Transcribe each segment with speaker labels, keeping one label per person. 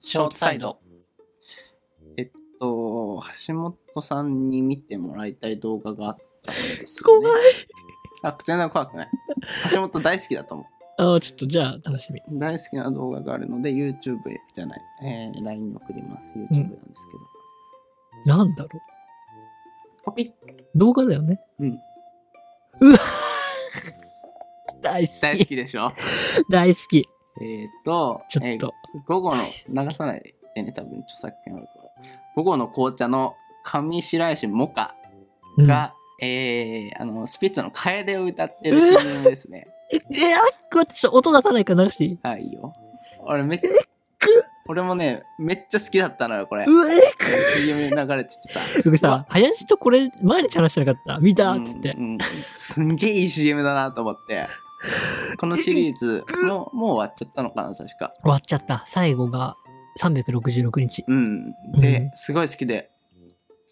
Speaker 1: ショートサイド。
Speaker 2: えっと橋本さんに見てもらいたい動画があったんですよ、ね。
Speaker 1: 怖い。
Speaker 2: あ、全然怖くない。橋本大好きだと思
Speaker 1: ああ、ちょっとじゃあ楽しみ。
Speaker 2: う。大好きな動画があるので、YouTube じゃない、えー LINE に送ります。YouTube なんですけど。
Speaker 1: なんだろ
Speaker 2: ポピッ
Speaker 1: う。動画だよね。
Speaker 2: うん。
Speaker 1: うわ 大好
Speaker 2: 大好
Speaker 1: き。
Speaker 2: きでしょ
Speaker 1: 大好き。
Speaker 2: えーっと、
Speaker 1: ち
Speaker 2: え
Speaker 1: ょっ
Speaker 2: ー
Speaker 1: と。
Speaker 2: 午後の
Speaker 1: 大好き
Speaker 2: 流さないでね多分著作権あるから午後の紅茶の上白石萌歌
Speaker 1: うん、
Speaker 2: が、えーあのスピッツの「楓」を歌ってる CM ですね
Speaker 1: え、え、あこっちょっと音出さないから流していい
Speaker 2: はいいいよ俺めっちゃ俺もねめっちゃ好きだったのよこれ
Speaker 1: うえ
Speaker 2: CM 流れててさ
Speaker 1: 僕
Speaker 2: う
Speaker 1: さ
Speaker 2: わ、
Speaker 1: 林とこれ、毎日話してなかった見た
Speaker 2: う
Speaker 1: っ
Speaker 2: ん
Speaker 1: つって
Speaker 2: う。んすんげえいい CM だなと思ってこのシリーズのもう終わっちゃったのかな確か
Speaker 1: 終わっちゃった。最後が366日。
Speaker 2: うん。
Speaker 1: うん
Speaker 2: で、すごい好きで、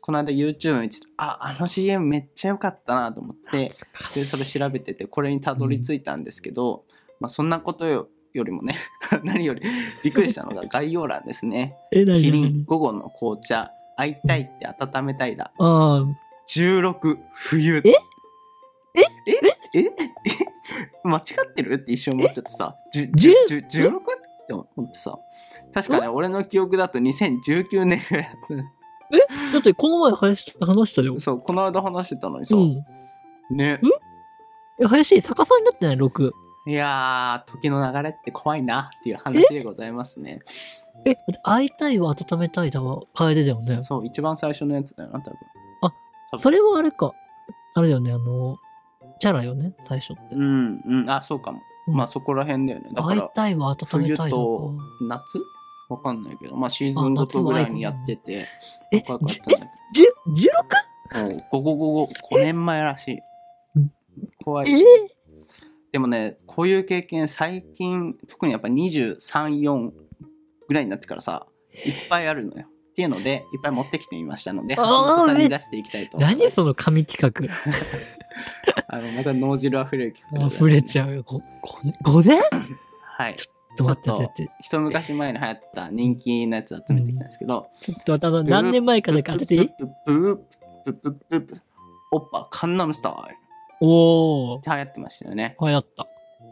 Speaker 2: この間 YouTube 見てて、あ、あの CM めっちゃ良かったなと思って、で、それ調べてて、これにたどり着いたんですけど、まあ、そんなことよよりもね、 何よりびっくりしたのが概要欄ですね。
Speaker 1: え、何
Speaker 2: キリ
Speaker 1: 何
Speaker 2: ン
Speaker 1: 何
Speaker 2: 午後の紅茶、会いたいって温めたいだ。
Speaker 1: ああ、
Speaker 2: 16冬。
Speaker 1: え
Speaker 2: ええ え間違ってるって一瞬思っちゃってさ、じゅ
Speaker 1: じゅ
Speaker 2: じゅ 16? って思ってさ、確かね、俺の記憶だと2019年ぐらいだった。
Speaker 1: だってこの前林と話したよ。
Speaker 2: そう、この間話してたのにさ、
Speaker 1: ん。
Speaker 2: ね。
Speaker 1: え、林、逆さになってない ?6。
Speaker 2: いやー、時の流れって怖いなっていう話でございますね。
Speaker 1: え、だって会いたいは温めたいだは楓だよね。
Speaker 2: そう、一番最初のやつだよな、多分。そう
Speaker 1: それはあれか。あれだよね、あの、チャラよね、最初って。
Speaker 2: うん、うん、あ、そうかも。
Speaker 1: うん
Speaker 2: まあそこら辺だよね。だか
Speaker 1: 会い
Speaker 2: ら、
Speaker 1: たいは温め
Speaker 2: 冬
Speaker 1: たいだか。
Speaker 2: と夏わかんないけど、まあシーズ
Speaker 1: あ
Speaker 2: ンご
Speaker 1: 夏
Speaker 2: と
Speaker 1: は
Speaker 2: ぐら
Speaker 1: 愛
Speaker 2: いにやってて、
Speaker 1: え、
Speaker 2: 怖かっ
Speaker 1: じ
Speaker 2: たんだ
Speaker 1: え、じゅ 16?
Speaker 2: けど、5、5、5、5年前らしい
Speaker 1: うん。
Speaker 2: 怖い
Speaker 1: え。ー
Speaker 2: でもね、こういう経験、最近、特にやっぱ23、4ぐらいになってからさ、いっぱいあるのよ。っていうので、いっぱい持ってきてみましたので、
Speaker 1: あ
Speaker 2: 橋
Speaker 1: ー
Speaker 2: 本さんに出していきたいと思いま
Speaker 1: 何
Speaker 2: す。
Speaker 1: その神企
Speaker 2: あのまた脳汁あふれる企
Speaker 1: 画
Speaker 2: 画
Speaker 1: 溢れち
Speaker 2: ゃう。
Speaker 1: ゃうよ。5, 5年
Speaker 2: はい。
Speaker 1: ちょっと
Speaker 2: ちょっと
Speaker 1: 待って、だって。
Speaker 2: 一昔前に流行った人気のやつ集めてきたんですけど、
Speaker 1: ちょっと待って、あの、何年前かだけ当てていい
Speaker 2: ブーブーブーブーブーオッパ、カンナムスターっ
Speaker 1: おー、
Speaker 2: て流行ってましたよね。
Speaker 1: 流行った。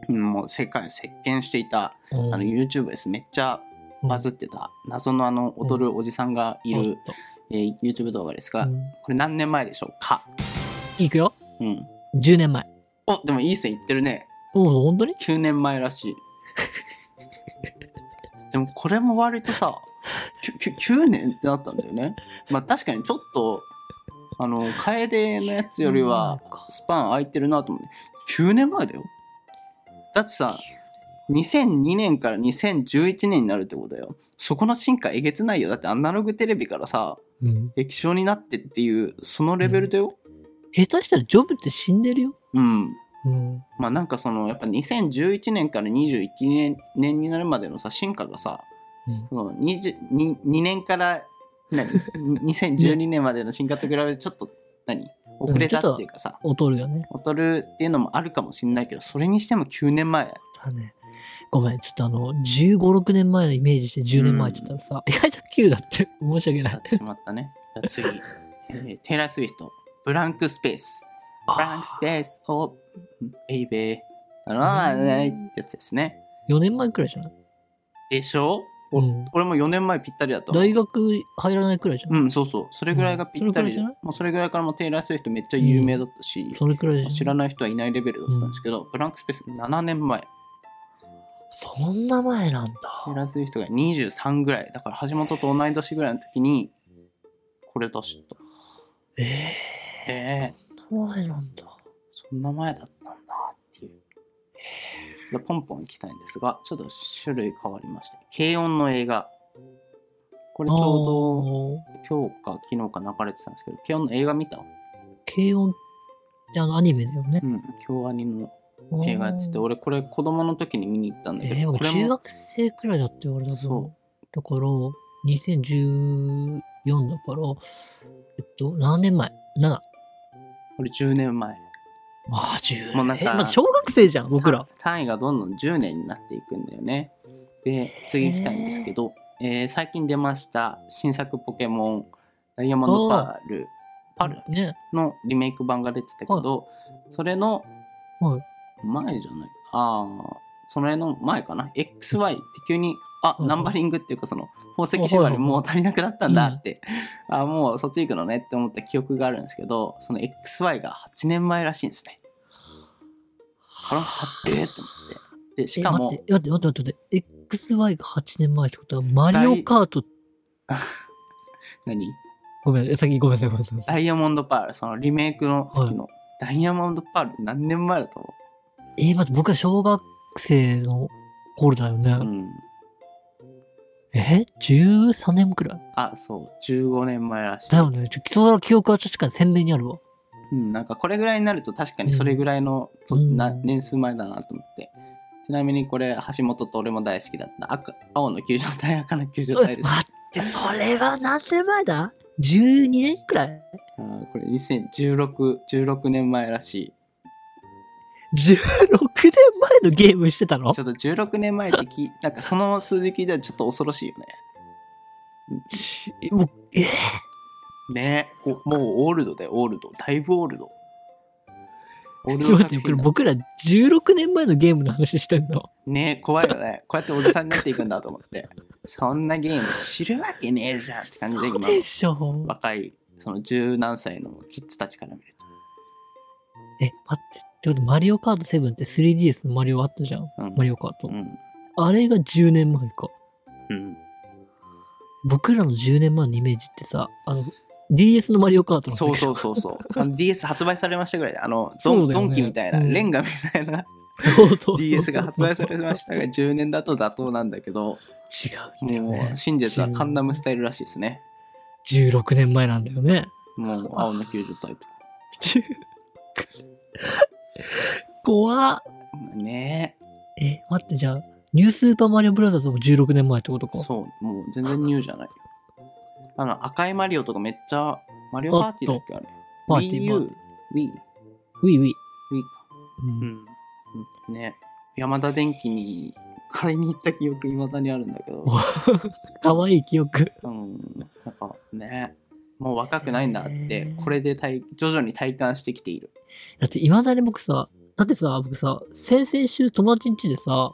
Speaker 2: うんもう世界を席巻していた、
Speaker 1: あ
Speaker 2: あの YouTube です。めっちゃバズってた、謎のあの踊るおじさんがいる、えー YouTube 動画ですが、これ何年前でしょうか
Speaker 1: いくよ。
Speaker 2: うん。
Speaker 1: 10年前。
Speaker 2: お、でもいい線いってるね。
Speaker 1: おお、本当に
Speaker 2: 9年前らしい。 でもこれも割とさ、9, 9年ってなったんだよね。まあ確かにちょっと、あの、楓のやつよりは
Speaker 1: うんか
Speaker 2: スパン空いてるなと思って。9年前だよ。だってさ、2002年から2011年になるってことだよ。そこの進化えげつないよ。だってアナログテレビからさ、
Speaker 1: うん。
Speaker 2: 液晶になってっていう、そのレベルだよ。
Speaker 1: 下手したらジョブって死んでるよ。
Speaker 2: うん。
Speaker 1: うん。
Speaker 2: まあなんかそのやっぱ2011年から21年年になるまでのさ進化がさ、
Speaker 1: うん
Speaker 2: その 20, 2, 2年から何 2012年までの進化と比べてちょっと何遅れたっていうかさ、
Speaker 1: 劣るよね。
Speaker 2: 劣るっていうのもあるかもしれないけどそれにしても9年前
Speaker 1: だね。ごめん、ちょっとあの、15、6年前のイメージして10年前って言ったらさ、意外と9だって。申し訳な
Speaker 2: や
Speaker 1: い
Speaker 2: っ。てしまったねじゃあ次、えーテイラー・スウィフトブランクスペースブランクスペースをベイベーああねってやつですね
Speaker 1: 4年前くらいじゃない
Speaker 2: でしょ
Speaker 1: うん。
Speaker 2: 俺も4年前ぴったりだと思う
Speaker 1: 大学入らないくらいじゃない
Speaker 2: うん、そうそう。それぐらいがぴったりで、
Speaker 1: うんそれくらいじゃない
Speaker 2: もうそれぐらいからもうテイラー・スウィフトめっちゃ有名だったし、
Speaker 1: それくらいじゃない
Speaker 2: 知らない人はいないレベルだったんですけど、ブランクスペース7年前、テ
Speaker 1: そんな前なんだ。
Speaker 2: イラー・スウィフトが23ぐらい、だから橋本と同い年ぐらいの時に、これ出した。
Speaker 1: ええ
Speaker 2: ええ
Speaker 1: そんな前なんだ。
Speaker 2: そんな前だったんだっていう。でポンポンいきたいんですが、ちょっと種類変わりまして、軽音の映画。これちょうど今日か昨日か流れてたんですけど、軽音の映画見た
Speaker 1: ど。軽音ってあのアニメだよね
Speaker 2: う。ん、京アニの映画やってて俺これ子供の時に見に行ったんだけど、
Speaker 1: えー、
Speaker 2: こ
Speaker 1: 僕
Speaker 2: れ
Speaker 1: 中
Speaker 2: も
Speaker 1: 学生くらいだって言われた
Speaker 2: そ
Speaker 1: だから、2014だから、えっと、7年前。7。あ
Speaker 2: これ10年前
Speaker 1: あ、10。
Speaker 2: もうなんか
Speaker 1: え、まあ、小学生じゃん、僕ら。
Speaker 2: 単単位がどんどん10年になっていくんだよねで次行きたいんですけど、えー最近出ました新作ポケモンダイヤモンドパールパル
Speaker 1: ね。
Speaker 2: のリメイク版が出てたけど、それの
Speaker 1: はい
Speaker 2: 前じゃないああそれの前かな XY って急にあ
Speaker 1: うん
Speaker 2: ナンバリングっていうかその宝石縛りもう足りなくなったんだって、あもうそっち行くのねって思った記憶があるんですけどその XY が8年前らしいんですねこれも8えーっと思ってでし
Speaker 1: え
Speaker 2: かも
Speaker 1: 待って、待って、待って、待って。XY が8年前ってことは、マリオカート、
Speaker 2: 何
Speaker 1: ごめん、先にごめんなさい、ごめんなさい。
Speaker 2: ダイヤモンドパールそのリメイクの時の、ダイヤモンドパール何年前だと思う
Speaker 1: えー、待って、僕は小学生の頃だよね。
Speaker 2: うん
Speaker 1: え ?13 年くらい
Speaker 2: あそう15年前らしい
Speaker 1: だよね。ちょ、その記憶は確かに鮮明にあるわ。
Speaker 2: うん、なんかこれぐらいになると確かにそれぐらいの、と
Speaker 1: うん
Speaker 2: な年数前だなと思ってちなみにこれ橋本と俺も大好きだった赤青の救助隊赤の救助
Speaker 1: うわ
Speaker 2: 隊
Speaker 1: 待
Speaker 2: です、
Speaker 1: って、それは何年前だ ?12 年くらい
Speaker 2: うんこれ2016 16年前らしい
Speaker 1: ?16 年前のゲームしてたの
Speaker 2: ちょっと16年前って聞い なんかその数字聞いたらちょっと恐ろしいよね
Speaker 1: えもうえ
Speaker 2: ねおもうオールドだよオールドだいぶオールドオール
Speaker 1: ちょ
Speaker 2: ド
Speaker 1: っと待
Speaker 2: 作
Speaker 1: って、これ
Speaker 2: 品だ
Speaker 1: 僕ら16年前のゲームの話してんの
Speaker 2: ね怖いよねこうやっておじさんになっていくんだと思ってそんなゲーム知るわけねえじゃんって感じで
Speaker 1: そう
Speaker 2: 今の
Speaker 1: でしょ。
Speaker 2: 若いその十何歳のキッズたちから見ると、
Speaker 1: え、待って。ってことマリオカート7って 3DS のマリオあったじゃん。
Speaker 2: うん
Speaker 1: マリオカート
Speaker 2: う。ん
Speaker 1: あれが10年前か。
Speaker 2: うん、
Speaker 1: 僕らの10年前のイメージってさ、あの、DS のマリオカートの
Speaker 2: そうそうそうそうあの DS 発売されましたぐらいであのド
Speaker 1: そ
Speaker 2: ン,、
Speaker 1: うだよね
Speaker 2: ドンキみたいな、
Speaker 1: うん
Speaker 2: レンガみたいな
Speaker 1: そうそうそう
Speaker 2: DS が発売されましたが
Speaker 1: 違
Speaker 2: 10年だと妥当なんだけど
Speaker 1: うんだよ
Speaker 2: も
Speaker 1: ね
Speaker 2: う。真実はカンダムスタイルらしいですね
Speaker 1: 16年前なんだよね。
Speaker 2: もう青の救助隊とか
Speaker 1: 10怖っ
Speaker 2: ね
Speaker 1: え、待って、じゃあ、ニュースーパーマリオブラザーズも16年前ってこと
Speaker 2: え
Speaker 1: か。
Speaker 2: そうもう全然ニューじゃないよあの赤いマリオとかめっちゃマリオパーティーだっけあれ
Speaker 1: パーティーも。
Speaker 2: WiiUWii
Speaker 1: ウィウィ。
Speaker 2: か
Speaker 1: うん
Speaker 2: うん、ね山田電機に買いに行った記憶いまだにあるんだけど、
Speaker 1: かわいい記憶。
Speaker 2: うん、なんかねもう若くないんだっ
Speaker 1: へ
Speaker 2: て
Speaker 1: ー
Speaker 2: これで体徐々に体感してきている
Speaker 1: だって、いまだに僕さ、だってさ、僕さ、先々週友達ん家でさ、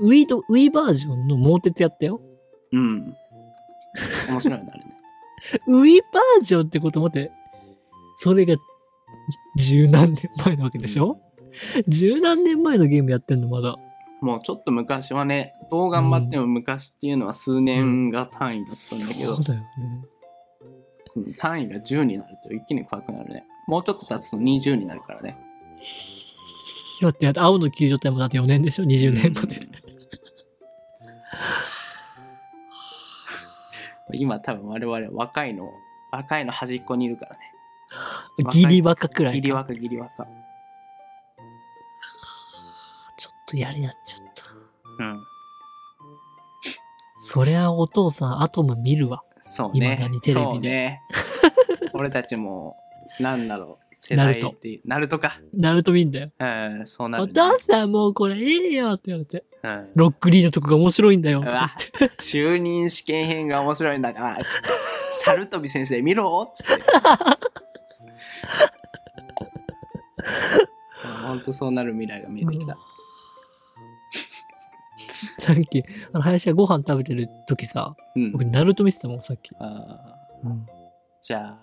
Speaker 1: ウィード、ウィーバージョンの猛鉄やったよ。
Speaker 2: うん面白いなあれね
Speaker 1: ウィーバージョンってこと待って、それが十何年前なわけ でしょ、十何年前のゲームやってんのまだ。
Speaker 2: もうちょっと昔はねどう頑張っても昔っていうのは数年が単位だったんだけど、
Speaker 1: そうだよね。
Speaker 2: うん単位が10になると一気に怖くなるねもうちょっと経つと20になるからね
Speaker 1: だって、だって青の救助隊もだって4年でしょ ?20 年まで。
Speaker 2: 今多分我々若いの若いの端っこにいるからね若い
Speaker 1: ギリ若くら
Speaker 2: ギ
Speaker 1: い。
Speaker 2: リ若ギリ若
Speaker 1: ちょっとやりやっちゃった。
Speaker 2: うん
Speaker 1: そりゃお父さんアトム見るわ。
Speaker 2: そうね。
Speaker 1: 未だにテレビで
Speaker 2: そうね。 俺たちも、なんだろう、世
Speaker 1: ナ
Speaker 2: 代
Speaker 1: ルト
Speaker 2: っていう。ナルトか。
Speaker 1: ナルト見んだよ。
Speaker 2: うん、そうな
Speaker 1: お
Speaker 2: る、
Speaker 1: 父さんもうこれいいよって言われて。
Speaker 2: うん。
Speaker 1: ロックリードとかが面白いんだよ
Speaker 2: う。わ、中任試験編が面白いんだ から、つって、猿飛び先生見ろっつって。ほんとそうなる未来が見えてきた。
Speaker 1: さっき、あの、林がご飯食べてる時さ、
Speaker 2: うん。
Speaker 1: 僕ナルト見てたもん、さっき。
Speaker 2: あー
Speaker 1: うん
Speaker 2: じゃあ、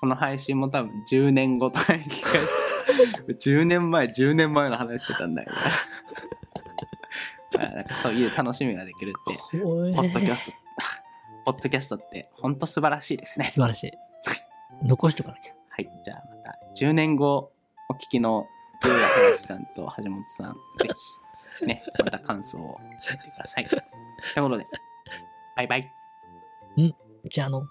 Speaker 2: この配信も多分10年後とかに聞かれて 10年前、10年前の話してたんだよ。 まあなんかそういう楽しみができるって、
Speaker 1: 怖え
Speaker 2: ポッドキャスト、 ポッドキャストって本当素晴らしいですね。
Speaker 1: 素晴らしい。残しとかなきゃ。
Speaker 2: はい、じゃあまた10年後お聞きのゆうやはやしさんと橋本さん、ぜひ、ね、また感想を言ってください。ということで、バイバイ。
Speaker 1: じゃあ、あの、